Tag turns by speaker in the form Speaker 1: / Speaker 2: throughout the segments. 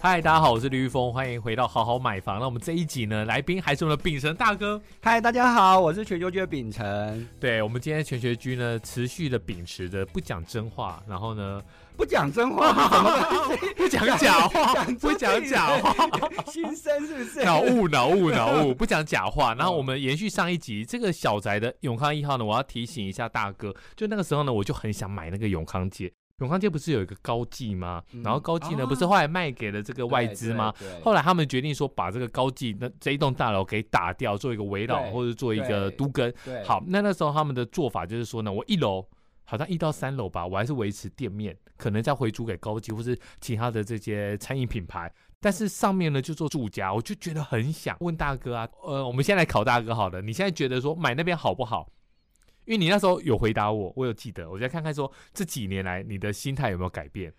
Speaker 1: 嗨，大家好，我是李玉峰，欢迎回到好好买房。那我们这一集呢，来宾还是我们的秉承大哥。
Speaker 2: 嗨，大家好，我是全球区的秉承。
Speaker 1: 对我们今天全学居呢，持续的秉持着不讲真话，然后呢
Speaker 2: 不讲真 话，怎么会
Speaker 1: 不讲假话，
Speaker 2: 讲
Speaker 1: 不讲假 话，
Speaker 2: 心声是不是？
Speaker 1: 脑雾脑雾脑 雾，不讲假
Speaker 2: 嗯
Speaker 1: 话。然后我们延续上一集，这个小宅的永康一号呢，我要提醒一下大哥，就那个时候呢，我就很想买那个永康街。永康街不是有一个高技吗？
Speaker 2: 嗯
Speaker 1: 然后高技呢，
Speaker 2: 啊
Speaker 1: 不是后来卖给了这个外资吗？
Speaker 2: 对？对
Speaker 1: 后来他们决定说，把这个高技那这一栋大楼给打掉，做一个围绕
Speaker 2: 对
Speaker 1: 或者做一个
Speaker 2: 对
Speaker 1: 都跟。
Speaker 2: 对，
Speaker 1: 好，那那时候他们的做法就是说呢，我一楼好像一到三楼吧，我还是维持店面，可能再回租给高级或是其他的这些餐饮品牌。但是上面呢就做住家，我就觉得很想问大哥啊，呃，我们先来考大哥好了，你现在觉得说买那边好不好？因为你那时候有回答我，我有记得，我再看看说这几年来你的心态有没有改变？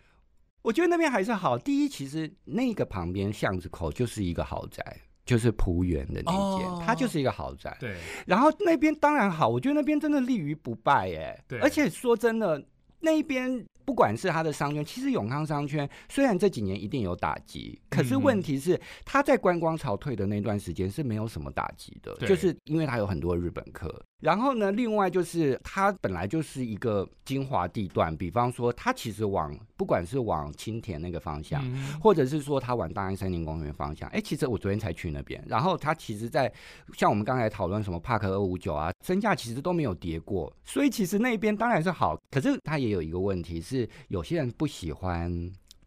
Speaker 2: 我觉得那边还是好。第一，其实那个旁边巷子口就是一个豪宅，就是浦园的那间，
Speaker 1: 哦
Speaker 2: 它就是一个豪宅。
Speaker 1: 对，
Speaker 2: 然后那边当然好，我觉得那边真的立于不败哎。
Speaker 1: 对
Speaker 2: 而且说真的，那边不管是它的商圈，其实永康商圈虽然这几年一定有打击，可是
Speaker 1: 嗯
Speaker 2: 问题是它在观光潮退的那段时间是没有什么打击的，
Speaker 1: 对
Speaker 2: 就是因为它有很多日本客。然后呢，另外就是它本来就是一个精华地段，比方说它其实往不管是往青田那个方向，
Speaker 1: 嗯
Speaker 2: 或者是说他往大安森林公园方向。哎、其实我昨天才去那边，然后他其实在像我们刚才讨论什么帕克二五九啊，身价其实都没有跌过，所以其实那边当然是好，可是它也有一个问题是，有些人不喜欢。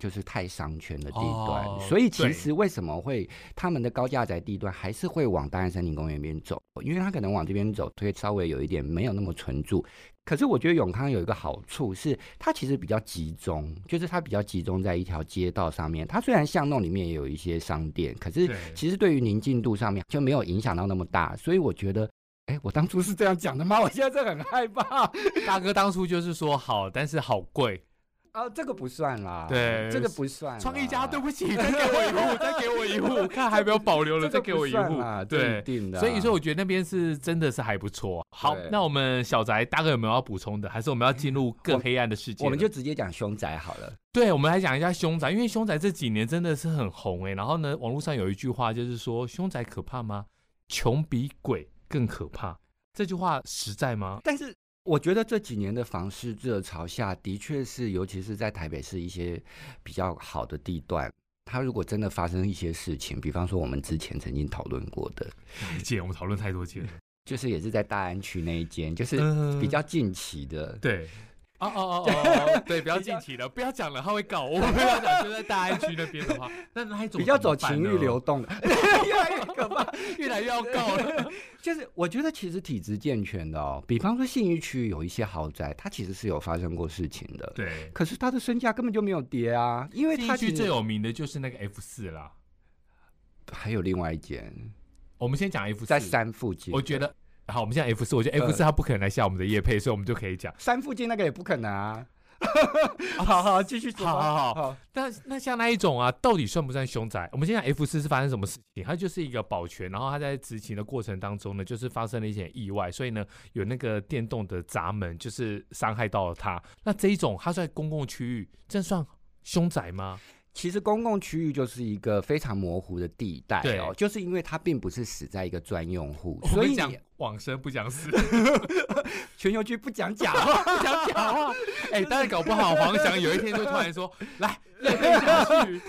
Speaker 2: 就是太商圈的地段，
Speaker 1: 哦
Speaker 2: 所以其
Speaker 1: 对
Speaker 2: 实为什么会他们的高价宅地段还是会往大安森林公园边走，因为他可能往这边走，会稍微有一点没有那么纯住，可是我觉得永康有一个好处是，它其实比较集中，就是它比较集中在一条街道上面。它虽然巷弄里面也有一些商店，可是
Speaker 1: 对
Speaker 2: 其实对于宁静度上面就没有影响到那么大。所以我觉得，哎，我当初是这样讲的吗？我 现在是很害怕。
Speaker 1: 大哥当初就是说好，但是好贵，
Speaker 2: 哦，这个不算啦，
Speaker 1: 对
Speaker 2: 这个不算啦。
Speaker 1: 创意家，对不起，再给我一 户，再给我一户， 看还没有保留
Speaker 2: 这
Speaker 1: 了，
Speaker 2: 个
Speaker 1: 再给我一
Speaker 2: 不算
Speaker 1: 户
Speaker 2: 啦，这
Speaker 1: 对
Speaker 2: 一。定的啊。
Speaker 1: 所以说，我觉得那边是真的是还不错。好
Speaker 2: 对，
Speaker 1: 那我们小宅大概有没有要补充的？还是我们要进入更黑暗的世界了？
Speaker 2: 我们就直接讲凶宅好了。
Speaker 1: 对，我们来讲一下凶宅，因为凶宅这几年真的是很红哎、然后呢，网络上有一句话就是说，凶宅可怕吗？穷比鬼更可怕。这句话实在 吗？
Speaker 2: 但是我觉得这几年的房市热潮下，的确是，尤其是在台北市一些比较好的地段。它如果真的发生一些事情，比方说我们之前曾经讨论过的，
Speaker 1: 姐，我们讨论太多次了。
Speaker 2: 就是也是在大安区那一间，就是
Speaker 1: 嗯
Speaker 2: 比较近期的，
Speaker 1: 对。哦 哦哦哦哦，对，不要近期了，不要讲了，他会告我。 不要讲，就在大安区那边的话，那那一种
Speaker 2: 比较
Speaker 1: 怎么
Speaker 2: 走
Speaker 1: 办
Speaker 2: 情欲
Speaker 1: 呢
Speaker 2: 流，动的，越来越可怕。
Speaker 1: 越来越要告了。
Speaker 2: 就是我觉得其实体质健全的哦，比方说信义区有一些豪宅，它其实是有发生过事情的，
Speaker 1: 对，
Speaker 2: 可是它的身价根本就没有跌啊，因为
Speaker 1: 地
Speaker 2: 它
Speaker 1: 区
Speaker 2: 其
Speaker 1: 最
Speaker 2: 实
Speaker 1: 有名的就是那个 F 四啦。
Speaker 2: 还有另外一间
Speaker 1: 我们先讲 F
Speaker 2: 在
Speaker 1: 四，
Speaker 2: 山附近，
Speaker 1: 我觉得好，我们现在 F 四，我
Speaker 2: 嗯
Speaker 1: 觉得 F 四它不可能来下我们的夜配，所以我们就可以讲。
Speaker 2: 山附近那个也不可能啊。哦好好，继续说吧。
Speaker 1: 好好
Speaker 2: 好，
Speaker 1: 但那像那一种啊，到底算不算凶宅？我们先讲 F 四是发生什么事情？它就是一个保全，然后它在执勤的过程当中呢，就是发生了一些意外，所以呢，有那个电动的闸门就是伤害到了他。那这一种，它在公共区域，这算凶宅吗？
Speaker 2: 其实公共区域就是一个非常模糊的地带哦
Speaker 1: 对，
Speaker 2: 就是因为它并不是死在一个专用户，
Speaker 1: 我
Speaker 2: 所
Speaker 1: 们
Speaker 2: 以
Speaker 1: 讲
Speaker 2: 你
Speaker 1: 往生不讲死，
Speaker 2: 全球区不讲假 话，
Speaker 1: 不 讲假话。哎、当然搞不好黄翔有一天就突然说，来，夜配下去。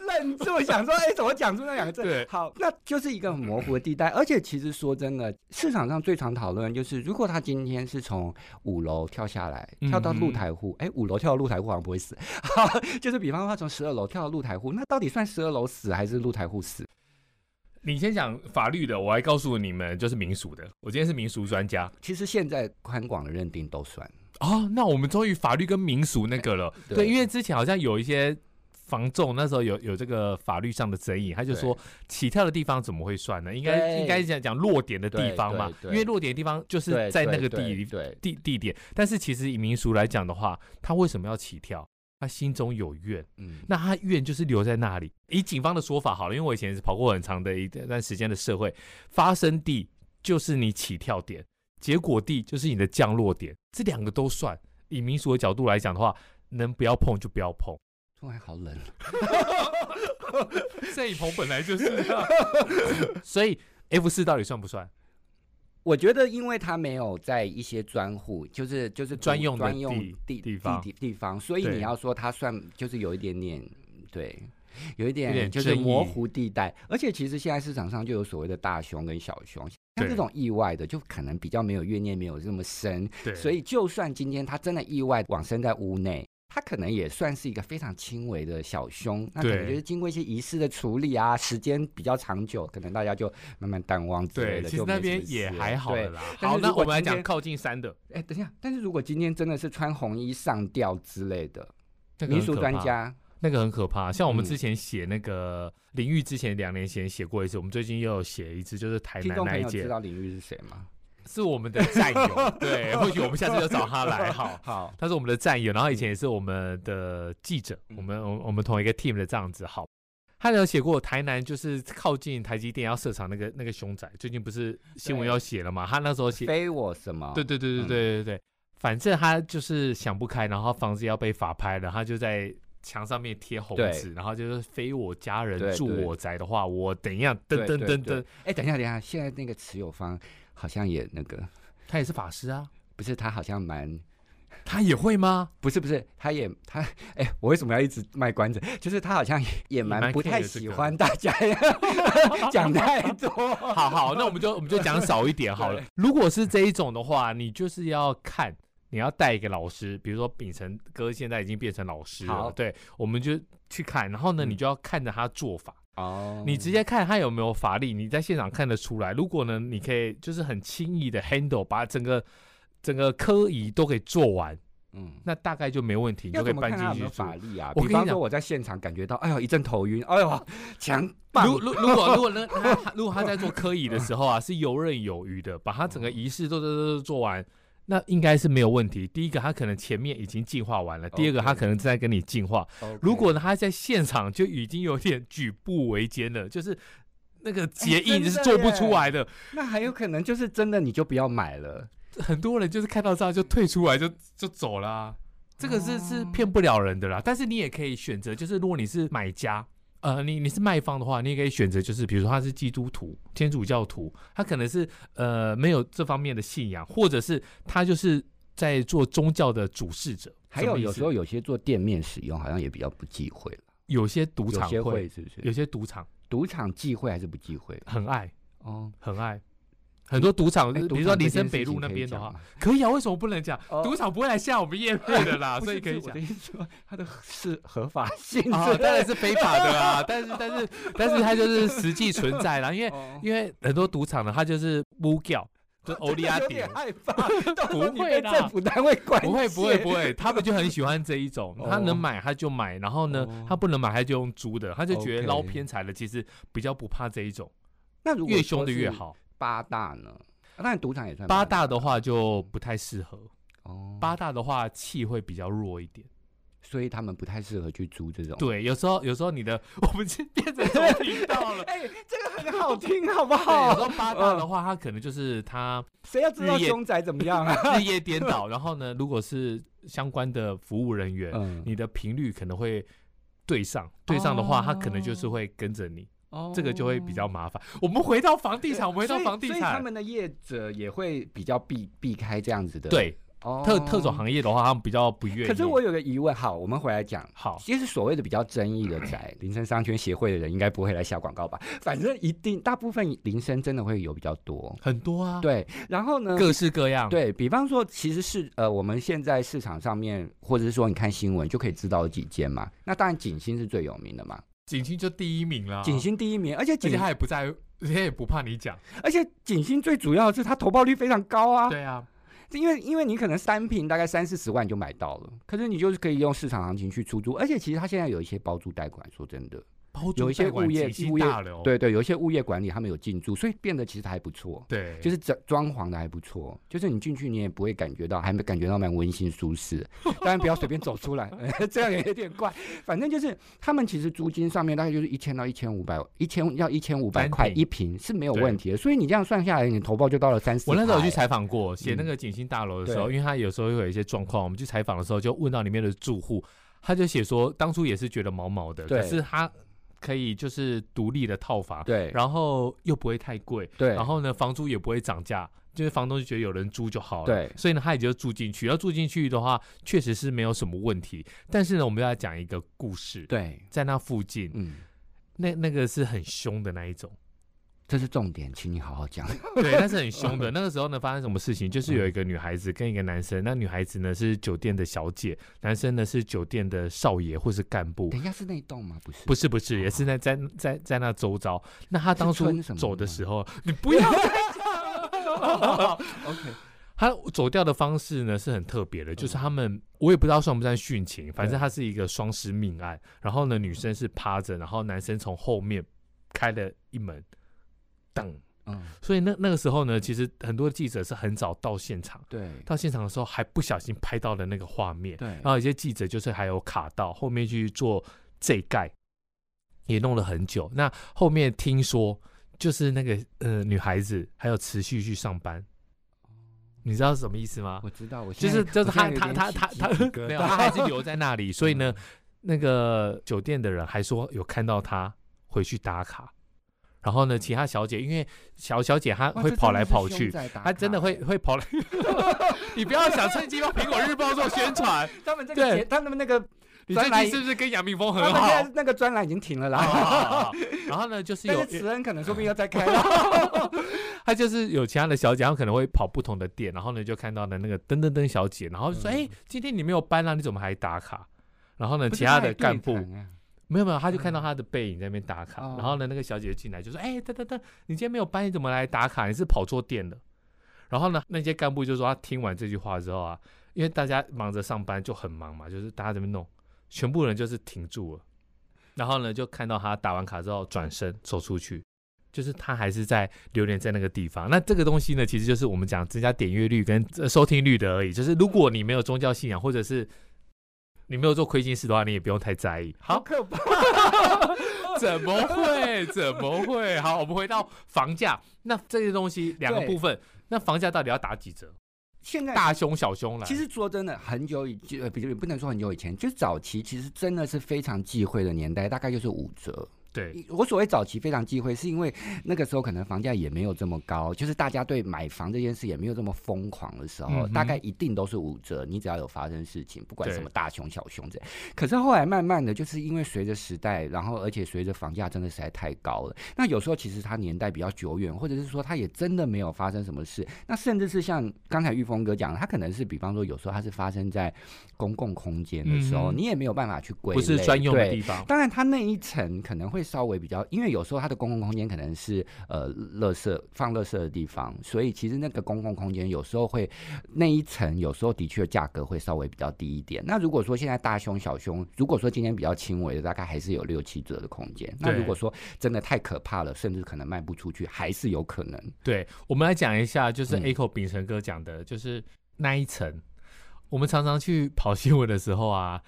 Speaker 2: 愣住，想说哎，怎么讲出那两个 字？
Speaker 1: 对
Speaker 2: 好，那就是一个很模糊的地带。而且其实说真的，市场上最常讨论就是，如果他今天是从五楼跳下来，
Speaker 1: 嗯
Speaker 2: 跳到露台户，哎，五楼跳到露台户好像不会死， 就是比方说他从十二楼跳到露台户，那到底算十二楼死还是露台户死？
Speaker 1: 你先讲法律的，我还告诉你们，就是民俗的。我今天是民俗专家
Speaker 2: 其实现在宽广的认定都算，
Speaker 1: 哦，那我们终于法律跟民俗那个了。对，
Speaker 2: 对
Speaker 1: 因为之前好像有一些房仲那时候有有这个法律上的争议，他就说起跳的地方怎么会算呢？应该
Speaker 2: 对
Speaker 1: 应该讲讲落点的地方嘛，
Speaker 2: 对对
Speaker 1: 因
Speaker 2: 对
Speaker 1: 为落点的地方就是在那个地
Speaker 2: 对
Speaker 1: 地地点。但是其实以民俗来讲的话，他为什么要起跳？他心中有怨。
Speaker 2: 嗯，
Speaker 1: 那他怨就是留在那里。以警方的说法好了，因为我以前是跑过很长的一段时间的社会，发生地就是你起跳点，结果地就是你的 降落点，这两个都算。以民俗的角度来讲的话，能不要碰就不要碰。
Speaker 2: 突然好冷，
Speaker 1: 摄影棚本来就是啊， 所以 F 四到底算不算？
Speaker 2: 我觉得，因为它没有在一些专户，就是就是
Speaker 1: 专用的
Speaker 2: 专用
Speaker 1: 地
Speaker 2: 地
Speaker 1: 地方
Speaker 2: 地地方，所以
Speaker 1: 对
Speaker 2: 你要说它算，就是有一点点对。有一
Speaker 1: 有点
Speaker 2: 点就是
Speaker 1: 争议
Speaker 2: 模糊地带，而且其实现在市场上就有所谓的大熊跟小熊，像
Speaker 1: 对
Speaker 2: 这种意外的，就可能比较没有怨念，没有这么深，
Speaker 1: 对，
Speaker 2: 所以就算今天他真的意外往生在屋内，他可能也算是一个非常轻微的小凶，那可
Speaker 1: 对
Speaker 2: 能就是经过一些仪式的处理啊，时间比较长久，可能大家就慢慢淡忘之
Speaker 1: 对，
Speaker 2: 类的。
Speaker 1: 其实
Speaker 2: 就没
Speaker 1: 那
Speaker 2: 什么
Speaker 1: 边也
Speaker 2: 事
Speaker 1: 还好
Speaker 2: 对
Speaker 1: 了啦。
Speaker 2: 但
Speaker 1: 好，
Speaker 2: 是
Speaker 1: 那
Speaker 2: 如
Speaker 1: 我
Speaker 2: 果
Speaker 1: 们来
Speaker 2: 今
Speaker 1: 讲
Speaker 2: 天
Speaker 1: 靠近山的
Speaker 2: 哎，等一下，但是如果今天真的是穿红衣上吊之类的，
Speaker 1: 那个
Speaker 2: 民
Speaker 1: 很
Speaker 2: 俗
Speaker 1: 可
Speaker 2: 专
Speaker 1: 怕，
Speaker 2: 家，
Speaker 1: 那个很可怕。像我们
Speaker 2: 嗯
Speaker 1: 之前写那个淋浴，之前两年前写过一次，我们最近又有写一次，就是台
Speaker 2: 听
Speaker 1: 南
Speaker 2: 众
Speaker 1: 那
Speaker 2: 朋
Speaker 1: 一
Speaker 2: 友知
Speaker 1: 届，
Speaker 2: 道领域是谁吗？
Speaker 1: 是我们的战友。对，或许我们下次就找他来好。
Speaker 2: 好，
Speaker 1: 他是我们的战友，然后以前也是我们的记者，
Speaker 2: 嗯
Speaker 1: 我们我我们同一个 team 的这样子。好，他有写过台南就是靠近台积电要设厂那个那个凶宅，最近不是新闻
Speaker 2: 对
Speaker 1: 要写了嘛？他那时候写，
Speaker 2: 非我什么？
Speaker 1: 对对对对对
Speaker 2: 嗯
Speaker 1: 对对，反正他就是想不开，然后房子要被法拍了，他就在。墙上面贴红
Speaker 2: 对
Speaker 1: 纸，然后就是非我家人
Speaker 2: 对
Speaker 1: 住
Speaker 2: 对
Speaker 1: 我宅的话，我等一下，噔
Speaker 2: 对
Speaker 1: 噔噔。
Speaker 2: 对
Speaker 1: 噔
Speaker 2: 对，哎，等一下，等一下，现在那个持有方好像也那个，
Speaker 1: 他也是法师啊，
Speaker 2: 不是他好像蛮
Speaker 1: 他也会吗？
Speaker 2: 不是不是，他也他 哎、我为什么要一直卖关子？就是他好像也也
Speaker 1: 也蛮
Speaker 2: 蛮不
Speaker 1: care
Speaker 2: 太
Speaker 1: 这
Speaker 2: 喜
Speaker 1: 个
Speaker 2: 欢大 家讲太多。
Speaker 1: 好好，那我们就我们就讲少一点好了。 如果是这一种的话，你就是要看，你要带一个老师，比如说秉承哥现在已经变成老师了
Speaker 2: 好，
Speaker 1: 对，我们就去看，然后呢，
Speaker 2: 嗯
Speaker 1: 你就要看着他做法。
Speaker 2: 哦
Speaker 1: 你直接看他有没有乏力，你在现场看得出来。如果呢，你可以就是很轻易的 handle 把整个整个科仪都给做完，
Speaker 2: 嗯，
Speaker 1: 那大概就没问题，你
Speaker 2: 要
Speaker 1: 就可以
Speaker 2: 怎么
Speaker 1: 搬
Speaker 2: 看他有没
Speaker 1: 进
Speaker 2: 有
Speaker 1: 去
Speaker 2: 法
Speaker 1: 住。
Speaker 2: 力啊？
Speaker 1: 我跟
Speaker 2: 比
Speaker 1: 你
Speaker 2: 方说
Speaker 1: 讲
Speaker 2: 我在现场感觉到，哎呦一阵头晕，哎呦强棒
Speaker 1: 如如如果如果呢，他如果他在做科仪的时候啊，是游刃有余的，把他整个仪式都都都都做完，那应该是没有问题。第一个，他可能前面已经进化完了；第二个，
Speaker 2: OK
Speaker 1: 他可能正在跟你进化。如果呢，他在现场就已经有点举步维艰了，就是那个结
Speaker 2: 哎
Speaker 1: 印
Speaker 2: 真
Speaker 1: 是
Speaker 2: 的
Speaker 1: 做不出来的。
Speaker 2: 那还有可能就是真的，你就不要买了。
Speaker 1: 很多人就是看到这样就退出来就就走啦、啊这个
Speaker 2: 哦
Speaker 1: 是是骗不了人的啦。但是你也可以选择，就是如果你是买家，呃，你你是卖方的话，你也可以选择，就是比如说他是基督徒、天主教徒，他可能是呃没有这方面的信仰，或者是他就是在做宗教的主事者。
Speaker 2: 还
Speaker 1: 什
Speaker 2: 有
Speaker 1: 么意思
Speaker 2: 有时候有些做店面使用，好像也比较不忌讳了。
Speaker 1: 有些赌场
Speaker 2: 有些
Speaker 1: 会，
Speaker 2: 是不是？
Speaker 1: 有些赌场
Speaker 2: 赌场忌讳还是不忌讳？
Speaker 1: 很爱
Speaker 2: 哦，
Speaker 1: 很爱。很多赌场，
Speaker 2: 哎
Speaker 1: 比
Speaker 2: 赌
Speaker 1: 如说
Speaker 2: 场这
Speaker 1: 林
Speaker 2: 件
Speaker 1: 森
Speaker 2: 事
Speaker 1: 北
Speaker 2: 情
Speaker 1: 路那
Speaker 2: 可以
Speaker 1: 边的
Speaker 2: 讲
Speaker 1: 话，
Speaker 2: 吗
Speaker 1: 可以啊，为什么不能讲？
Speaker 2: 哦
Speaker 1: 赌场不会来吓我们业配的啦，啊
Speaker 2: 不
Speaker 1: 所
Speaker 2: 是
Speaker 1: 以可以
Speaker 2: 不是
Speaker 1: 讲
Speaker 2: 我。的意思说，它的是合法性
Speaker 1: 啊、
Speaker 2: 是
Speaker 1: 当然是非法的 啊，但是但是但是它就是实际存在啦，因为
Speaker 2: 哦
Speaker 1: 因为很多赌场呢，它就是污掉， 就欧利亚
Speaker 2: 有
Speaker 1: 点
Speaker 2: 点。害 怕，到时候你
Speaker 1: 不会
Speaker 2: 被
Speaker 1: 啦
Speaker 2: 政府单位关切
Speaker 1: 不会不会不会，他们就很喜欢这一种，
Speaker 2: 哦
Speaker 1: 他能买他就买，然后呢，
Speaker 2: 哦
Speaker 1: 他不能买他就用租的，他就觉得
Speaker 2: OK
Speaker 1: 捞偏财的，其实比较不怕这一种，
Speaker 2: 那如果
Speaker 1: 越凶的越。好。
Speaker 2: 八大呢？啊当然赌场也算
Speaker 1: 八大的话就不太适合，
Speaker 2: 哦，
Speaker 1: 八大的话气会比较弱一点。
Speaker 2: 所以他们不太适合去租这种。，？
Speaker 1: 对，有时候有时候你的 我们就变成什么频道了
Speaker 2: 哎，这个很好听，好 不
Speaker 1: 对，啊有时
Speaker 2: 好？
Speaker 1: 候八
Speaker 2: 嗯
Speaker 1: 大的话，他可能就是他
Speaker 2: 谁要知道
Speaker 1: 日夜
Speaker 2: 凶宅怎么样啊？
Speaker 1: 日夜颠倒。然后呢，如果是相关的服务人员，
Speaker 2: 嗯，
Speaker 1: 你的频率可能会对上，对上的话，
Speaker 2: 哦
Speaker 1: 他可能就是会跟着你，
Speaker 2: 哦
Speaker 1: 这个就会比较麻烦。我们回到房地产，我们回到
Speaker 2: 所以
Speaker 1: 房地
Speaker 2: 所以他
Speaker 1: 产，
Speaker 2: 们的业者也会比较避避开这样子的。，
Speaker 1: 对
Speaker 2: 哦
Speaker 1: 特特种。行业的话，他们比较不愿意。
Speaker 2: 可是我有个疑问，好，我们回来讲。
Speaker 1: 好，
Speaker 2: 其实所谓的比较争议的 宅，林森商圈协会的人应该不会来下广告吧？反正一定大部分林森真的会有比较多。
Speaker 1: 很多啊，，
Speaker 2: 对，然后呢？
Speaker 1: 各式各样，，
Speaker 2: 对比方说，其实是呃，我们现在市场上面，或者是说你看新闻就可以知道有几间嘛。那当然，景星是最有名的嘛，
Speaker 1: 景星就第一名啦，
Speaker 2: 景，星第一名，而且
Speaker 1: 啊而且
Speaker 2: 景，
Speaker 1: 他也不在， 而且也不怕你讲，
Speaker 2: 而且景星最主要的是它投报率非常高啊，
Speaker 1: 对啊，
Speaker 2: 因为因为你可能三平大概三四十万就买到了，可是你就是可以用市场行情去出租，而且其实它现在有一些包租代管，说真的，
Speaker 1: 包租
Speaker 2: 有一些
Speaker 1: 代管
Speaker 2: 物业
Speaker 1: 景星
Speaker 2: 物业
Speaker 1: 大楼，
Speaker 2: 对对，有一些物业管理他们有进驻，所以变得其实还不错。
Speaker 1: 对，
Speaker 2: 就是是整装潢的还不错，就是你进去你也不会感觉到，还没感觉到蛮温馨舒适。当然不要随便走出来， 这样也有点怪。反正就是他们其实租金上面大概就是一千到一千五百，一千要一千五百
Speaker 1: 单
Speaker 2: 块
Speaker 1: 品
Speaker 2: 一平是没有问题的。所以你这样算下来，你投报就到了三十。
Speaker 1: 我那时候有去采访过，写那个景星大楼的时候，
Speaker 2: 嗯对
Speaker 1: 因为他有时候会有一些状况，我们去采访的时候就问到里面的住户，他就写说，当初也是觉得毛毛的，
Speaker 2: 对
Speaker 1: 可是他可以就是独立的套房，
Speaker 2: 对
Speaker 1: 然后又不会太贵，
Speaker 2: 对
Speaker 1: 然后呢，房租也不会涨价，就是房东就觉得有人租就好了，
Speaker 2: 对
Speaker 1: 所以呢，他也就住进去。要住进去的话，确实是没有什么问题。但是呢，我们要讲一个故事，
Speaker 2: 对，
Speaker 1: 在那附近，
Speaker 2: 嗯，
Speaker 1: 那那个是很凶的那一种，
Speaker 2: 这是重点，请你好 好讲。
Speaker 1: 对，那是很凶的。那个时候呢，发生什么事情？就是有一个女孩子跟一个男生，那女孩子呢是酒店的小姐，男生呢是酒店的少爷或是干部。
Speaker 2: 等一下是那一栋吗？不是，哦
Speaker 1: 不是不是，也是在在在在那周遭。那他当初
Speaker 2: 村什么
Speaker 1: 走的
Speaker 2: 吗
Speaker 1: 时候，你不要
Speaker 2: ，OK，
Speaker 1: 他走掉的方式呢是很特别的，
Speaker 2: 嗯
Speaker 1: 就是他们我也不知道算不算殉情，反正他是一个双尸命案。然后呢，女生是趴着，然后男生从后面开了一门，当。
Speaker 2: 嗯，
Speaker 1: 所以那那个时候呢，其实很多记者是很早到现场，
Speaker 2: 对
Speaker 1: 到现场的时候还不小心拍到了那个画面，
Speaker 2: 对，
Speaker 1: 然后有些记者就是还有卡到后面去做这盖，也弄了很久。那后面听说就是那个呃女孩子还有持续去上班，你知道是什么意思吗？
Speaker 2: 我知道，我
Speaker 1: 啊就
Speaker 2: 现在
Speaker 1: 是就是
Speaker 2: 我现
Speaker 1: 他
Speaker 2: 在
Speaker 1: 他
Speaker 2: 有点
Speaker 1: 他
Speaker 2: 起
Speaker 1: 他
Speaker 2: 鸡
Speaker 1: 他
Speaker 2: 皮疙
Speaker 1: 没有，
Speaker 2: 瘩
Speaker 1: 他还 是留在那里，所以呢，那个酒店的人还说有看到他回去打卡。然后呢，其他小姐因为小小姐她
Speaker 2: 嗯哇
Speaker 1: 会
Speaker 2: 这
Speaker 1: 跑
Speaker 2: 真的
Speaker 1: 来
Speaker 2: 是
Speaker 1: 跑
Speaker 2: 凶
Speaker 1: 去，
Speaker 2: 宅打
Speaker 1: 她真的
Speaker 2: 卡
Speaker 1: 会
Speaker 2: 欸
Speaker 1: 会 跑来， 你不要想趁机帮苹果日报做宣传，
Speaker 2: 他们这
Speaker 1: 对哎
Speaker 2: 个节，他们那个
Speaker 1: 你
Speaker 2: 专
Speaker 1: 最
Speaker 2: 栏
Speaker 1: 近是不是跟杨明峰
Speaker 2: 他
Speaker 1: 很
Speaker 2: 们
Speaker 1: 好？
Speaker 2: 现在那个专栏已经停了
Speaker 1: 好
Speaker 2: 啦，
Speaker 1: 好好好然后呢，就是
Speaker 2: 但
Speaker 1: 哦有
Speaker 2: 是 慈恩可能说不定要再开了。
Speaker 1: 他就是有其他的小姐，她可能会跑不同的店，然后呢就看到了那个噔噔噔小姐，然后就说：“哎、
Speaker 2: 嗯
Speaker 1: 今天你没有班啊，你怎么还打卡？”然后呢，
Speaker 2: 不是
Speaker 1: 其他
Speaker 2: 他
Speaker 1: 的
Speaker 2: 还对
Speaker 1: 干部
Speaker 2: 谈啊
Speaker 1: 没有没有，他就看到他的背影在那边打卡，
Speaker 2: 哦
Speaker 1: 然后呢，那个小姐就进来就说：“哎、噔噔噔，你今天没有班，你怎么来打卡？你是跑错店了。”然后呢，那些干部就说，他听完这句话之后啊，因为大家忙着上班就很忙嘛，就是大家这边弄，全部人就是停住了。然后呢，就看到他打完卡之后转身走出去，就是他还是在流连在那个地方。那这个东西呢，其实就是我们讲增加点阅率跟呃收听率的而已。就是如果你没有宗教信仰，或者是你没有做亏心事的话，你也不用太在意。好，
Speaker 2: 可怕！
Speaker 1: 怎么会？怎么会？好，我们回到房价，那这些东西两个
Speaker 2: 对
Speaker 1: 部分，那房价到底要打几折？
Speaker 2: 现在
Speaker 1: 大凶小凶来？
Speaker 2: 哎其实说真的，很久以就呃，不不能说很久以前，就是早期其实真的是非常忌讳的年代，大概就是五折。
Speaker 1: 对
Speaker 2: 我所谓早期非常忌讳，是因为那个时候可能房价也没有这么高，就是大家对买房这件事也没有这么疯狂的时候，
Speaker 1: 嗯哼
Speaker 2: 大概一定都是五折。你只要有发生事情，不管
Speaker 1: 对
Speaker 2: 什么大熊小熊这样。可是后来慢慢的，就是因为随着时代，然后而且随着房价真的实在太高了，那有时候其实它年代比较久远，或者是说它也真的没有发生什么事。那甚至是像刚才玉峰哥讲的，它可能是比方说有时候它是发生在公共空间的时
Speaker 1: 嗯
Speaker 2: 候，
Speaker 1: 哼
Speaker 2: 你也没有办法去归类，
Speaker 1: 不是专用的
Speaker 2: 对
Speaker 1: 地方。
Speaker 2: 当然，它那一层可能会稍微比较，因为有时候它的公共空间可能是呃，垃圾放垃圾的地方，所以其实那个公共空间有时候会那一层有时候的确价格会稍微比较低一点。那如果说现在大凶小凶，如果说今天比较轻微的，大概还是有六七折的空间。那
Speaker 1: 对
Speaker 2: 如果说真的太可怕了，甚至可能卖不出去，还是有可能。
Speaker 1: 对，我们来讲一下，就是
Speaker 2: 嗯
Speaker 1: Echo 秉承哥讲的，就是那一层。我们常常去跑新闻的时候啊，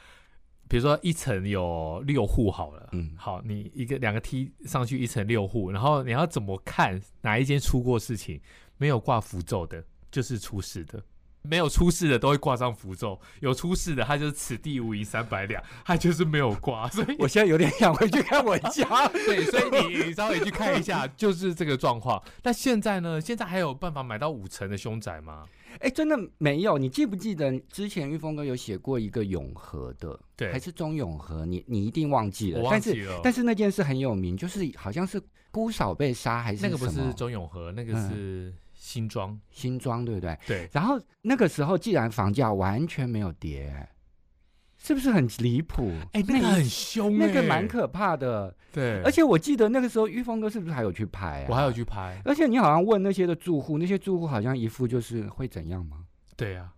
Speaker 1: 比如说一层有六户好了，
Speaker 2: 嗯
Speaker 1: 好，你一个两个梯上去一层六户，然后你要怎么看哪一间出过事情？没有挂符咒的，就是出事的。没有出事的都会挂上符咒，有出事的他就是此地无银三百两，他就是没有挂， 所以
Speaker 2: 我现在有点想回去看我家。
Speaker 1: 对，所以你你稍微去看一下，就是这个状况。那现在呢？现在还有办法买到五层的凶宅吗？
Speaker 2: 哎，真的没有。你记不记得之前玉峰哥有写过一个永和的，
Speaker 1: 对
Speaker 2: 还是中永和？你你一定忘记了，
Speaker 1: 我忘
Speaker 2: 但是
Speaker 1: 记了。
Speaker 2: 但是那件事很有名，就是好像是姑嫂被杀还是
Speaker 1: 那个不
Speaker 2: 什么
Speaker 1: 是周永和，那个
Speaker 2: 嗯
Speaker 1: 是新庄。
Speaker 2: 新庄对不对？
Speaker 1: 对，
Speaker 2: 然后那个时候既然房价完全没有跌，是不是很离谱？
Speaker 1: 哎、那个很凶、欸，
Speaker 2: 那个蛮可怕的，
Speaker 1: 对，
Speaker 2: 而且我记得那个时候玉峰哥是不是还有去拍、啊？
Speaker 1: 我还有，去拍。
Speaker 2: 而且你好像问那些的住户，那些住户好像一副就是会怎样吗？
Speaker 1: 对啊，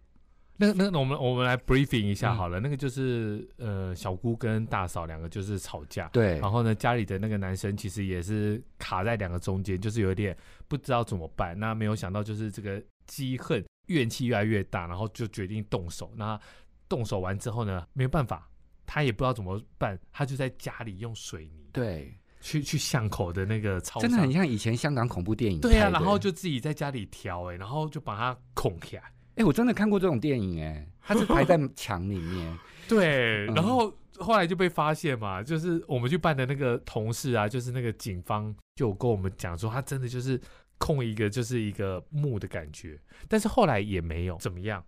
Speaker 1: 那个那个我们我们来 briefing 一
Speaker 2: 嗯
Speaker 1: 下好了。那个就是呃，小姑跟大嫂两个就是吵架，
Speaker 2: 对，
Speaker 1: 然后呢，家里的那个男生其实也是卡在两个中间，就是有一点不知道怎么办。那没有想到，就是这个积恨怨气越来越大，然后就决定动手。那动手完之后呢，没有办法，他也不知道怎么办，他就在家里用水泥
Speaker 2: 对，
Speaker 1: 去去巷口的那个超
Speaker 2: 真的很
Speaker 1: 商。
Speaker 2: 像以前香港恐怖电影拍
Speaker 1: 对啊
Speaker 2: 的。
Speaker 1: 欸呀、啊，然后就自己在家里调哎、然后就把它恐起来，
Speaker 2: 哎，我真的看过这种电影，哎，它是排在墙里面，
Speaker 1: 对，
Speaker 2: 嗯
Speaker 1: 然后后来就被发现嘛，就是我们去办的那个同事啊，就是那个警方就有跟我们讲说，他真的就是控一个就是一个木的感觉，但是后来也没有怎么样，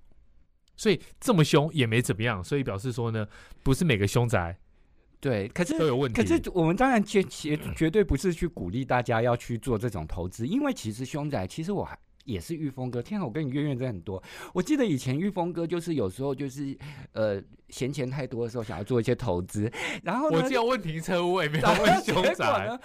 Speaker 1: 所以这么凶也没怎么样，所以表示说呢，不是每个凶宅
Speaker 2: 对，可是
Speaker 1: 都有问题。
Speaker 2: 可是我们当然绝绝绝对不是去鼓励大家要去做这种投资，因为其实凶宅，其实我还。也是玉峰哥，天啊，我跟你渊源真的很多。我记得以前玉峰哥就是有时候就是呃闲钱太多的时候，想要做一些投资，然后呢
Speaker 1: 我只有问停车位，没有
Speaker 2: 然后
Speaker 1: 问凶
Speaker 2: 结果
Speaker 1: 宅
Speaker 2: 呢。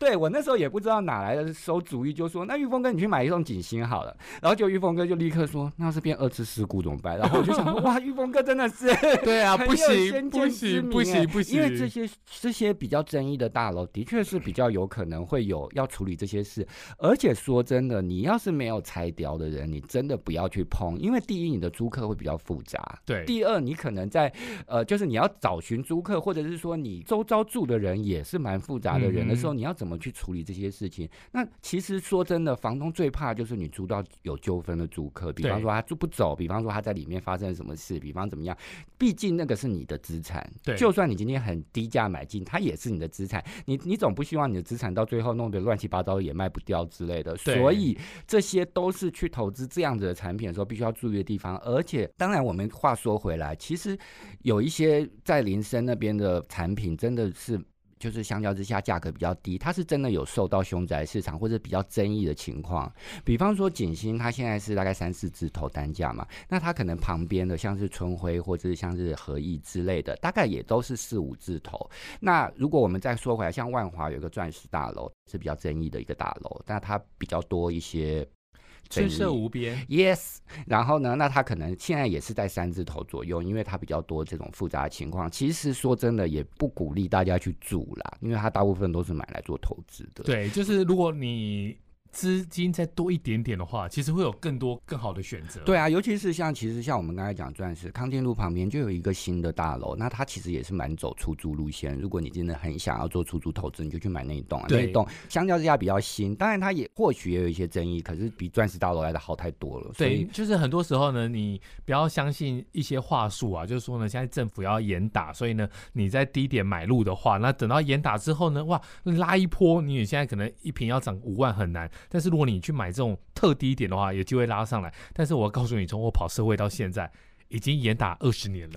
Speaker 2: 对我那时候也不知道哪来的馊主意，就说那玉峰哥你去买一栋景星好了，然后就玉峰哥就立刻说那要是变二次事故怎么办？然后我就想说哇，玉峰哥真的是
Speaker 1: 对啊，
Speaker 2: 很
Speaker 1: 不
Speaker 2: 有
Speaker 1: 行
Speaker 2: 先
Speaker 1: 不
Speaker 2: 见之
Speaker 1: 行
Speaker 2: 明
Speaker 1: 不
Speaker 2: 哎
Speaker 1: 行不行，
Speaker 2: 因为这些这些比较争议的大楼，的确是比较有可能会有要处理这些事。而且说真的，你要是没有拆掉的人，你真的不要去碰，因为第一，你的租客会比较复杂；
Speaker 1: 对
Speaker 2: 第二，你可能在呃，就是你要找寻租客，或者是说你周遭住的人也是蛮复杂的人的时候，
Speaker 1: 嗯
Speaker 2: 你要怎么去处理这些事情？那其实说真的，房东最怕就是你租到有纠纷的租客，比方
Speaker 1: 对
Speaker 2: 说他租不走，比方说他在里面发生了什么事，比方怎么样。毕竟那个是你的资产，
Speaker 1: 对
Speaker 2: 就算你今天很低价买进，它也是你的资产。你你总不希望你的资产到最后弄得乱七八糟也卖不掉之类的，
Speaker 1: 对
Speaker 2: 所以这些都是去投资这样子的产品的时候必须要注意的地方。而且，当然我们话说回来，其实有一些在林森那边的产品真的是。就是相较之下价格比较低，它是真的有受到凶宅市场或者比较争议的情况。比方说景星，它现在是大概三四字头单价嘛，那它可能旁边的像是春晖或者是像是和益之类的，大概也都是四五字头。那如果我们再说回来，像万华有一个钻石大楼是比较争议的一个大楼，那它比较多一些争
Speaker 1: 春
Speaker 2: 议。
Speaker 1: 色无边，
Speaker 2: Yes，然后呢，那它可能现在也是在三字头左右，因为它比较多这种复杂的情况。其实说真的，也不鼓励大家去住啦，因为它大部分都是买来做投资的。
Speaker 1: 对，就是如果你资金再多一点点的话，其实会有更多更好的选择。
Speaker 2: 对啊，尤其是像其实像我们刚才讲钻石康健路旁边就有一个新的大楼，那它其实也是蛮走出租路线。如果你真的很想要做出租投资，你就去买那一栋、啊，那
Speaker 1: 对
Speaker 2: 一栋相较之下比较新，当然它也或许也有一些争议，可是比钻石大楼来的好太多了。所
Speaker 1: 对，
Speaker 2: 以
Speaker 1: 就是很多时候呢，你不要相信一些话术啊，就是说呢，现在政府要严打，所以呢，你在低点买入的话，那等到严打之后呢，哇，拉一波，你现在可能一瓶要涨五万很难，但是如果你去买这种特低点的话，有机会拉上来。但是我告诉你，从我跑社会到现在。已经严打二十年了，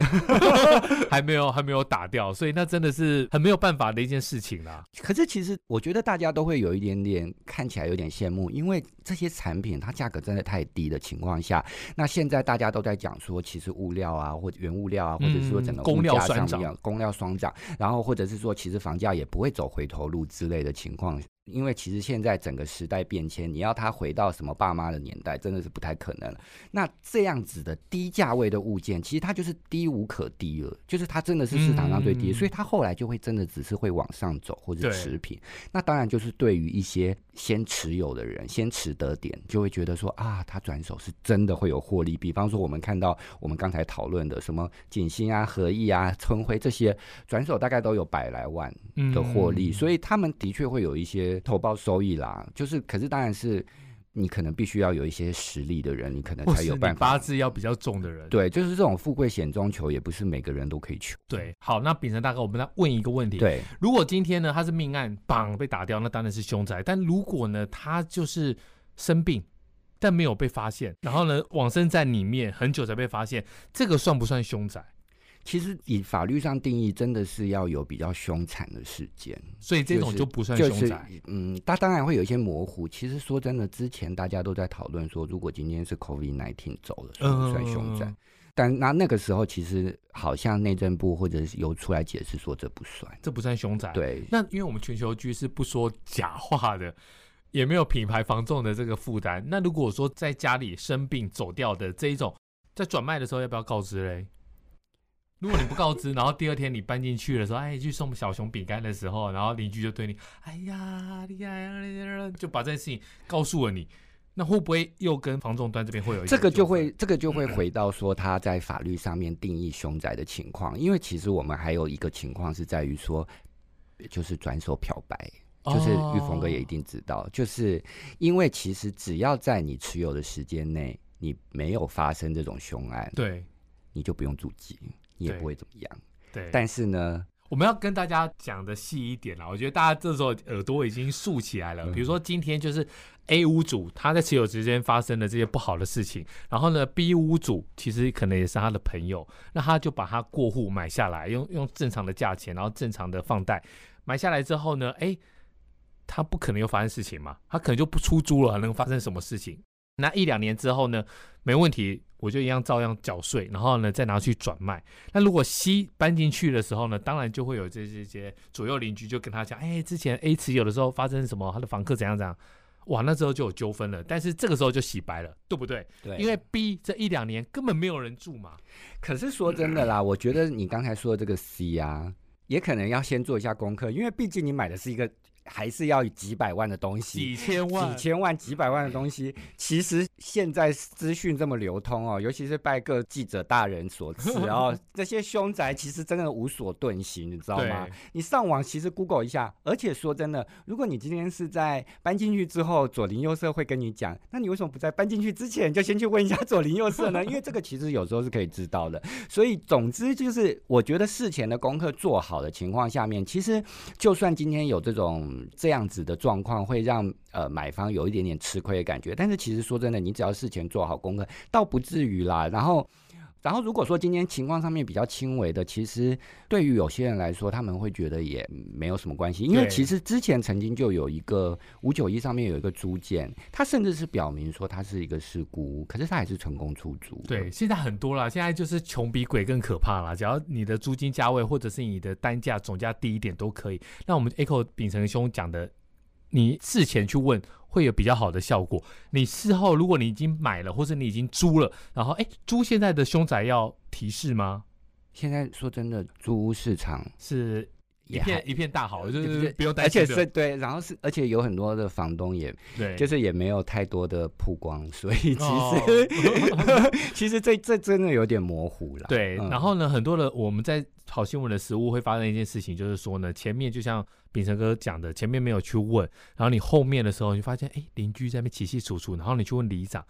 Speaker 1: 还没有还没有打掉，所以那真的是很没有办法的一件事情啦。
Speaker 2: 可是其实我觉得大家都会有一点点看起来有点羡慕，因为这些产品它价格真的太低的情况下，那现在大家都在讲说，其实物料啊，或者原物料啊，或者是说整
Speaker 1: 嗯
Speaker 2: 个
Speaker 1: 工
Speaker 2: 物
Speaker 1: 料
Speaker 2: 价
Speaker 1: 双
Speaker 2: 上
Speaker 1: 涨
Speaker 2: 面，工料双涨，然后或者是说，其实房价也不会走回头路之类的情况。因为其实现在整个时代变迁，你要它回到什么爸妈的年代，真的是不太可能了。那这样子的低价位的物件，其实它就是低无可低了，就是它真的是市场上最低，
Speaker 1: 嗯
Speaker 2: 所以它后来就会真的只是会往上走或者
Speaker 1: 对
Speaker 2: 持平。那当然就是对于一些先持有的人，先持得点，就会觉得说啊，他转手是真的会有获利。比方说我们看到我们刚才讨论的什么锦兴啊、和益啊、春晖这些转手大概都有百来万
Speaker 1: 嗯
Speaker 2: 的获利，所
Speaker 1: 以
Speaker 2: 以他们的确会有一些投报收益啦。就是可是当然是你可能必须要有一些实力的人，你可能
Speaker 1: 或
Speaker 2: 才
Speaker 1: 是
Speaker 2: 有
Speaker 1: 你
Speaker 2: 办
Speaker 1: 八
Speaker 2: 法。
Speaker 1: 字要比较重的人，
Speaker 2: 对，就是这种富贵险中求，也不是每个人都可以求。
Speaker 1: 对，好，那秉承大哥，我们来问一个问题。，
Speaker 2: 对，
Speaker 1: 如果今天呢他是命案，绑被打掉，那当然是凶宅；但如果呢他就是生病，但没有被发现，然后呢往生在里面很久才被发现，这个算不算凶宅？
Speaker 2: 其实以法律上定义，真的是要有比较凶残的事件。
Speaker 1: 所以这种
Speaker 2: 就是
Speaker 1: 就不算
Speaker 2: 就
Speaker 1: 凶
Speaker 2: 是
Speaker 1: 宅。
Speaker 2: 嗯，它当然会有一些模糊。其实说真的，之前大家都在讨论说，如果今天是 COVID 1 9走了，算不算凶宅？
Speaker 1: 嗯
Speaker 2: 但那那个时候，其实好像内政部或者是有出来解释说这不算。
Speaker 1: 这不算凶宅。，
Speaker 2: 对，
Speaker 1: 那因为我们全球居是不说假话的。也没有品牌房仲的这个负担。那如果说在家里生病走掉的这一种，在转卖的时候要不要告知嘞？如果你不告知，然后第二天你搬进去的时候，哎，去送小熊饼干的时候，然后邻居就对你，哎呀，厉害，就把这件事情告诉了你，那会不会又跟房仲端这边会嗯有一些
Speaker 2: 这个就
Speaker 1: 纠纷
Speaker 2: 会这个就会回到说他在法律上面定义凶宅的情况，因为其实我们还有一个情况是在于说，就是转手漂白。就是
Speaker 1: 哦
Speaker 2: 玉峰哥也一定知道，就是因为其实只要在你持有的时间内，你没有发生这种凶案，
Speaker 1: 哦对
Speaker 2: 你就不用住进，你也
Speaker 1: 对
Speaker 2: 不会怎么样。
Speaker 1: 对，
Speaker 2: 但是呢，
Speaker 1: 我们要跟大家讲的细一点啦，我觉得大家这时候耳朵已经竖起来了。比如说今天就是 A 屋主他在持有之间发生的这些不好的事情，然后呢 B 屋主其实可能也是他的朋友，那他就把他过户买下来，用用正常的价钱，然后正常的放贷买下来之后呢，哎，他不可能又发生事情嘛，他可能就不出租了，还能发生什么事情？那一两年之后呢，没问题，我就一样照样缴税，然后呢再拿去转卖。那如果 C 搬进去的时候呢，当然就会有这些这些左右邻居就跟他讲，哎、之前 A 持有的时候发生什么，他的房客怎样怎样，哇，那时候就有纠纷了。但是这个时候就洗白了，对不对？
Speaker 2: 对
Speaker 1: 因为 B 这一两年根本没有人住嘛，
Speaker 2: 可是说真的啦，我觉得你刚才说的这个 C 啊，也可能要先做一下功课，因为毕竟你买的是一个还是要几百万的东西。
Speaker 1: 几千万
Speaker 2: 几，千万、几百万的东西，其实现在资讯这么流通哦，尤其是拜各记者大人所赐哦，这些凶宅其实真的无所遁形，你知道吗
Speaker 1: 对？
Speaker 2: 你上网其实 Google 一下，而且说真的，如果你今天是在搬进去之后，左邻右舍会跟你讲，那你为什么不在搬进去之前就先去问一下左邻右舍呢？因为这个其实有时候是可以知道的。所以总之就是，我觉得事前的功课做好的情况下面，其实就算今天有这种这样子的状况，会让呃买方有一点点吃亏的感觉，但是其实说真的，你只要事前做好功课，倒不至于啦。然后。然后，如果说今天情况上面比较轻微的，其实对于有些人来说，他们会觉得也没有什么关系，因为
Speaker 1: 对
Speaker 2: 其实之前曾经就有一个五九一上面有一个租件，他甚至是表明说他是一个事故屋，可是他还是成功出租。
Speaker 1: 对，现在很多啦，现在就是穷比鬼更可怕啦。只要你的租金价位或者是你的单价总价低一点都可以。那我们 Echo 秉承兄讲的，你事前去问会有比较好的效果。你事后如果你已经买了或者你已经租了，然后哎租现在的凶宅要提示吗？
Speaker 2: 现在说真的，租屋市场
Speaker 1: 是一
Speaker 2: 也还
Speaker 1: 片一片大好，就
Speaker 2: 对
Speaker 1: 是
Speaker 2: 对
Speaker 1: 不用担
Speaker 2: 而
Speaker 1: 心
Speaker 2: 且
Speaker 1: 的。
Speaker 2: 是对，然后是而且有很多的房东也
Speaker 1: 对，
Speaker 2: 就是是也没有太多的曝光，所以其实、
Speaker 1: 哦
Speaker 2: 其实这这真的有点模糊了。
Speaker 1: 对，
Speaker 2: 嗯
Speaker 1: 然后呢，很多的我们在好新闻的食物会发生一件事情，就是说呢，前面就像秉承哥讲的，前面没有去问，然后你后面的时候你就发现，哎，邻居在那边起起楚楚，然后你去问里长，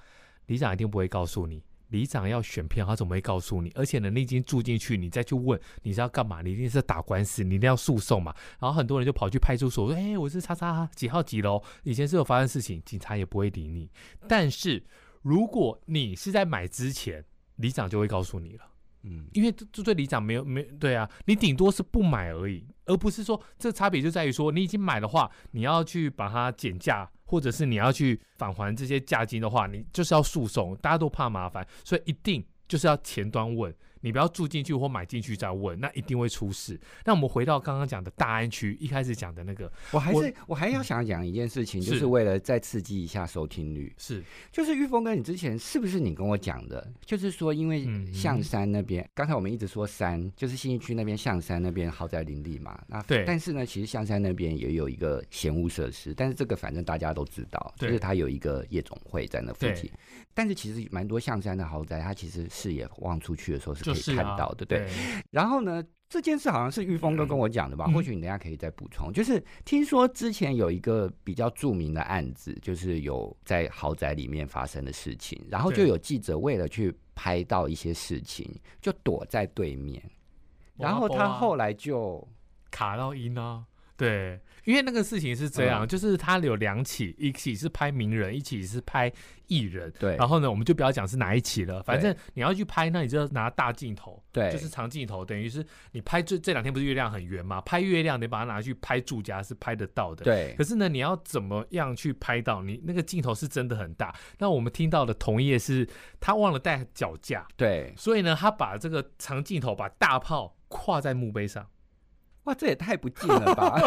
Speaker 1: 里长一定不会告诉你。里长要选票，他怎么会告诉你？而且呢，你已经住进去，你再去问你是要干嘛？你一定是打官司，你一定要诉讼嘛。然后很多人就跑去派出所说：“哎、我是叉叉几号几楼，以前是有发生事情，警察也不会理你。”但是如果你是在买之前，里长就会告诉你了。
Speaker 2: 嗯，
Speaker 1: 因为这这对里长没有没对啊，你顶多是不买而已，而不是说这差别就在于说你已经买的话，你要去把它减价，或者是你要去返还这些价金的话，你就是要诉讼，大家都怕麻烦，所以一定就是要前端问，你不要住进去或买进去再问，那一定会出事。那我们回到刚刚讲的大安区一开始讲的那个
Speaker 2: 我还是
Speaker 1: 我嗯
Speaker 2: 我还要想讲一件事情，就是是为了再刺激一下收听率。
Speaker 1: 是
Speaker 2: 就是玉峰哥，你之前是不是你跟我讲的？就是说，因为
Speaker 1: 嗯
Speaker 2: 象山那边，刚才我们一直说山，就是信义区那边象山那边豪宅林立嘛。那
Speaker 1: 对
Speaker 2: 但是呢，其实象山那边也有一个闲屋设施，但是这个反正大家都知道，就
Speaker 1: 对
Speaker 2: 是它有一个夜总会在那附
Speaker 1: 对
Speaker 2: 近。但是其实蛮多象山的豪宅，它其实视野望出去的时候是可
Speaker 1: 就
Speaker 2: 以
Speaker 1: 是、啊、
Speaker 2: 看到的，对。
Speaker 1: 对
Speaker 2: 然后呢，这件事好像是玉峰哥跟我讲的吧？
Speaker 1: 嗯
Speaker 2: 或许你等一下可以再补充。就是听说之前有一个比较著名的案子，就是有在豪宅里面发生的事情，然后就
Speaker 1: 对
Speaker 2: 有记者为了去拍到一些事情，就躲在对面，然后他
Speaker 1: 啊
Speaker 2: 后来就
Speaker 1: 卡到音啊。对，因为那个事情是这样，
Speaker 2: 嗯
Speaker 1: 就是他有两起，一起是拍名人，一起是拍艺人。
Speaker 2: 对
Speaker 1: 然后呢，我们就不要讲是哪一起了，反正你要去拍，那你就要拿大镜头，
Speaker 2: 对
Speaker 1: 就是长镜头，等于是你拍这这两天不是月亮很圆嘛，拍月亮你把它拿去拍住家是拍得到的。
Speaker 2: 对
Speaker 1: 可是呢，你要怎么样去拍到你那个镜头是真的很大？那我们听到的同业是他忘了带脚架，
Speaker 2: 对，
Speaker 1: 所以呢，他把这个长镜头把大炮跨在墓碑上。
Speaker 2: 哇，这也太不近 了吧？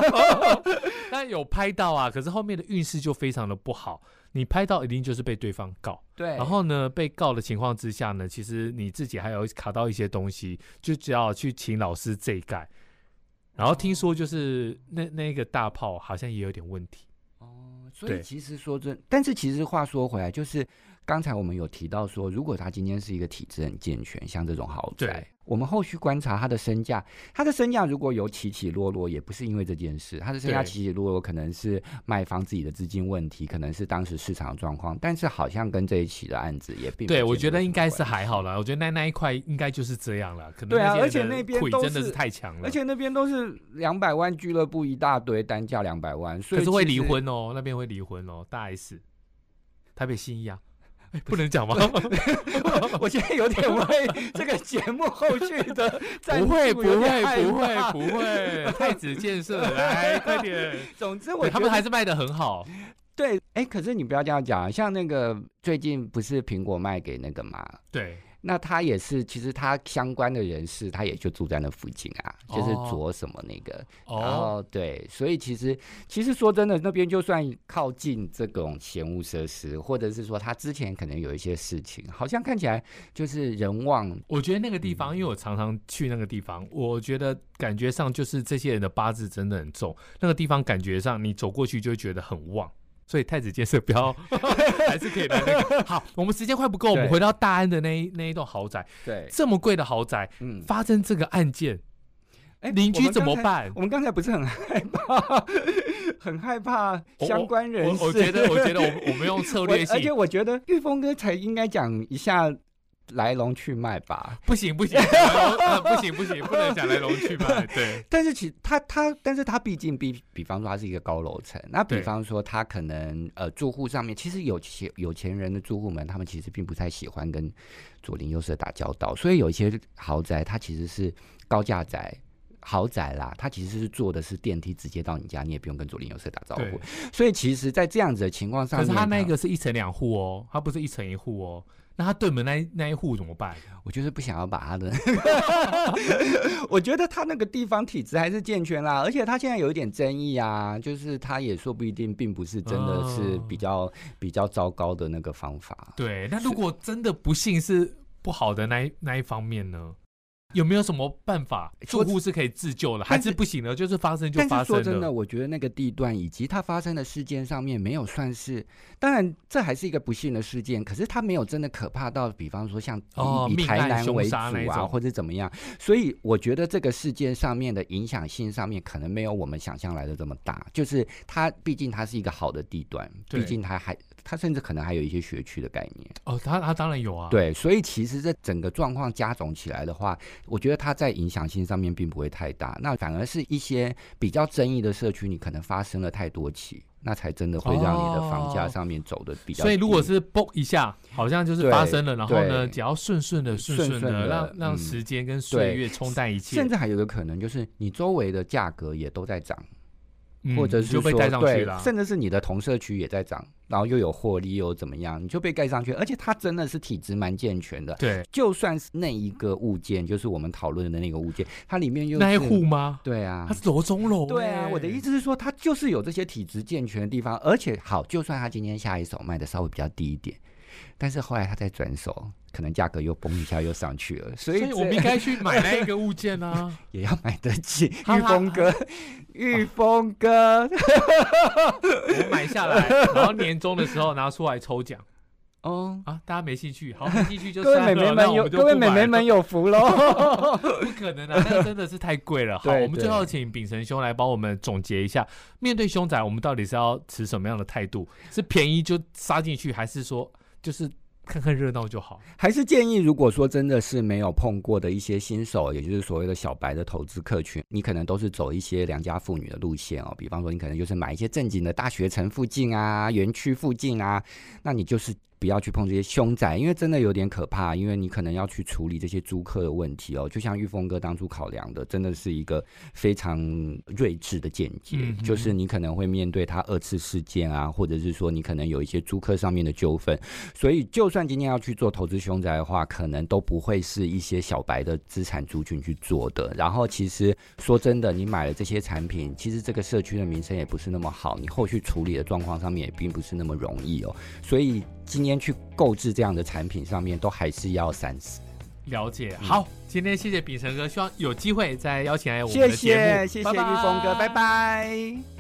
Speaker 1: 但有拍到啊，可是后面的运势就非常的不好。你拍到一定就是被对方告，
Speaker 2: 对，
Speaker 1: 然后呢，被告的情况之下呢，其实你自己还有卡到一些东西，就只好去请老师这一盖。然后听说就是那那个大炮好像也有点问题，
Speaker 2: 哦，所以
Speaker 1: 对
Speaker 2: 其实说真，但是其实话说回来，就是刚才我们有提到说，如果他今天是一个体制很健全，像这种豪宅
Speaker 1: 对，
Speaker 2: 我们后续观察它的身价，它的身价如果有起起落落，也不是因为这件事，它的身价
Speaker 1: 对
Speaker 2: 起起落落可能是卖方自己的资金问题，可能是当时市场的状况，但是好像跟这一起的案子也并不
Speaker 1: 对，我
Speaker 2: 见
Speaker 1: 觉得
Speaker 2: 哦有
Speaker 1: 应
Speaker 2: 什么
Speaker 1: 该
Speaker 2: 关
Speaker 1: 是
Speaker 2: 系
Speaker 1: 还好啦。我觉得那那一块应该就是这样啦。可能
Speaker 2: 对啊
Speaker 1: 些
Speaker 2: 而且
Speaker 1: 人的
Speaker 2: 那边
Speaker 1: 腿
Speaker 2: 都
Speaker 1: 真的
Speaker 2: 是
Speaker 1: 是太强了，
Speaker 2: 而且那边都是两百万俱乐部一大堆，单价两百万，所以
Speaker 1: 可是会离
Speaker 2: 其实。
Speaker 1: 婚哦，那边会离婚哦。大 S，台北新一啊， 哎不能 讲吗？
Speaker 2: 我现在有点为这个节目后续的赞
Speaker 1: 不会，不
Speaker 2: 助有点
Speaker 1: 会，
Speaker 2: 害
Speaker 1: 不
Speaker 2: 怕
Speaker 1: 会，不会，太子建设了，来快点。
Speaker 2: 总之
Speaker 1: 对
Speaker 2: 我
Speaker 1: 他
Speaker 2: 觉
Speaker 1: 们
Speaker 2: 得
Speaker 1: 还是卖的很好，
Speaker 2: 对，哎，可是你不要这样讲，像那个最近不是苹果卖给那个嘛，
Speaker 1: 对，
Speaker 2: 那他也是，其实他相关的人士，他也就住在那附近啊，就是
Speaker 1: 哦
Speaker 2: 左什么那个，然
Speaker 1: 哦，
Speaker 2: 后对，所以其实其实说真的，那边就算靠近这种闲物设施，或者是说他之前可能有一些事情，好像看起来就是人旺，
Speaker 1: 我觉得那个地方，因为我常常去那个地方，我觉得感觉上就是这些人的八字真的很重，那个地方感觉上你走过去就会觉得很旺。所以太子建设不 要，还是可以来那个。好，我们时间快不够，我们
Speaker 2: 对
Speaker 1: 回到大安的那一那一栋豪宅，
Speaker 2: 对，
Speaker 1: 这么贵的豪宅，
Speaker 2: 嗯，
Speaker 1: 发生这个案件，
Speaker 2: 哎
Speaker 1: 邻居怎么？办？
Speaker 2: 我们刚才不是很害怕， 很害怕
Speaker 1: 我
Speaker 2: 相关人士。
Speaker 1: 我我觉得，我觉得我们我们用策
Speaker 2: 我
Speaker 1: 略
Speaker 2: 而且
Speaker 1: 性，
Speaker 2: 我觉得玉峰哥才应该讲一下来龙去脉吧。
Speaker 1: 不行不行，呃不行不行，不能讲来龙去脉。对，
Speaker 2: 但是其他他，但是他毕竟比比方说他是一个高楼层，那比
Speaker 1: 对
Speaker 2: 方说他可能呃住户上面，其实有钱有钱人的住户们，他们其实并不太喜欢跟左邻右舍打交道，所以有一些豪宅它其实是高价宅。豪宅啦，它其实是做的是电梯直接到你家，你也不用跟左邻右舍打招呼
Speaker 1: 对。
Speaker 2: 所以其实，在这样子的情况上
Speaker 1: 可
Speaker 2: 面，
Speaker 1: 是他那个是一层两户哦，他不是一层一户哦。那他对门那一那一户怎么办？
Speaker 2: 我就是不想要把他的，我觉得他那个地方体制还是健全啦，而且他现在有一点争议啊，就是他也说不一定，并不是真的是
Speaker 1: 哦
Speaker 2: 比较、比较糟糕的那个方法。
Speaker 1: 对，那如果真的不幸是不好的那一那一方面呢？有没有什么办法，
Speaker 2: 说
Speaker 1: 住户是可以自救的，
Speaker 2: 但
Speaker 1: 还
Speaker 2: 是
Speaker 1: 是不行呢？就是发生就
Speaker 2: 但
Speaker 1: 发
Speaker 2: 是
Speaker 1: 生
Speaker 2: 说
Speaker 1: 了。
Speaker 2: 真的，我觉得那个地段以及它发生的事件上面没有算是，当然这还是一个不幸的事件，可是它没有真的可怕到，比方说像以,、
Speaker 1: 哦
Speaker 2: 以
Speaker 1: 命
Speaker 2: 台
Speaker 1: 案
Speaker 2: 南
Speaker 1: 凶
Speaker 2: 为主
Speaker 1: 杀那一
Speaker 2: 啊，
Speaker 1: 种
Speaker 2: 或者怎么样，所以我觉得这个事件上面的影响性上面可能没有我们想象来的这么大，就是它毕竟它是一个好的地段，
Speaker 1: 对
Speaker 2: 毕竟它还它甚至可能还有一些学区的概念。
Speaker 1: 哦，他他当然有啊。
Speaker 2: 对，所以其实这整个状况加总起来的话，我觉得它在影响性上面并不会太大，那反而是一些比较争议的社区，你可能发生了太多起，那才真的会让你的房价
Speaker 1: 哦
Speaker 2: 上面走的比较低、
Speaker 1: 所以如果是嘣一下，好像就是发生了，然后呢，
Speaker 2: 对
Speaker 1: 只要顺顺的、顺
Speaker 2: 顺
Speaker 1: 顺
Speaker 2: 顺的
Speaker 1: 的，让
Speaker 2: 嗯
Speaker 1: 让时间跟岁月冲淡一切
Speaker 2: 甚，至还有一个可能就是你周围的价格也都在涨，
Speaker 1: 嗯
Speaker 2: 或者
Speaker 1: 你
Speaker 2: 是
Speaker 1: 就被
Speaker 2: 说
Speaker 1: 带上
Speaker 2: 对
Speaker 1: 去了。啊
Speaker 2: 甚至是你的同社区也在涨，然后又有获利又怎么样，你就被盖上去，而且它真的是体质蛮健全的。
Speaker 1: 对，
Speaker 2: 就算是那一个物件，就是我们讨论的那个物件，它里面又
Speaker 1: 那一
Speaker 2: 是
Speaker 1: 户吗？
Speaker 2: 对啊
Speaker 1: 它，是楼中楼欸。
Speaker 2: 对啊，我的意思是说，它就是有这些体质健全的地方，而且好，就算它今天下一手卖的稍微比较低一点，但是后来它再转手，可能价格又崩一下又上去了，所
Speaker 1: 所以
Speaker 2: 以这
Speaker 1: 我们应该去买那一个物件 啊。
Speaker 2: 也要买得起。
Speaker 1: 好
Speaker 2: 玉
Speaker 1: 好
Speaker 2: 峰哥，玉峰哥，
Speaker 1: 我买下 来，然后年终的时候拿出来抽奖
Speaker 2: 哦。
Speaker 1: 啊！大家没兴趣，好，没兴趣就
Speaker 2: 各位
Speaker 1: 算
Speaker 2: 美眉
Speaker 1: 了。那
Speaker 2: 们
Speaker 1: 我
Speaker 2: 有，
Speaker 1: 们就
Speaker 2: 各位
Speaker 1: 不
Speaker 2: 美
Speaker 1: 买
Speaker 2: 眉
Speaker 1: 了
Speaker 2: 们有福 喽！
Speaker 1: 不可能啊，那真的是太贵了。好，
Speaker 2: 对
Speaker 1: 我们最
Speaker 2: 对
Speaker 1: 后请秉承兄来帮我们总结一下，面对凶宅，我们到底是要持什么样的态度？是便宜就杀进去，还是说就是看看热闹就好？
Speaker 2: 还是建议，如果说真的是没有碰过的一些新手，也就是所谓的小白的投资客群，你可能都是走一些良家妇女的路线哦。比方说，你可能就是买一些正经的大学城附近啊、园区附近啊，那你就是不要去碰这些凶宅，因为真的有点可怕，因为你可能要去处理这些租客的问题哦。就像玉峰哥当初考量的，真的是一个非常睿智的见解，
Speaker 1: 嗯哼
Speaker 2: 就是你可能会面对他二次事件啊，或者是说你可能有一些租客上面的纠纷，所以，就算今天要去做投资凶宅的话，可能都不会是一些小白的资产族群去做的。然后，其实说真的，你买了这些产品，其实这个社区的名声也不是那么好，你后续处理的状况上面也并不是那么容易哦。所以，今天去购置这样的产品上面，都还是要三思。
Speaker 1: 了解。
Speaker 2: 嗯
Speaker 1: 好，今天谢谢秉承哥，希望有机会再邀请来我们
Speaker 2: 谢
Speaker 1: 的节目。
Speaker 2: 谢，谢谢玉峰哥，拜拜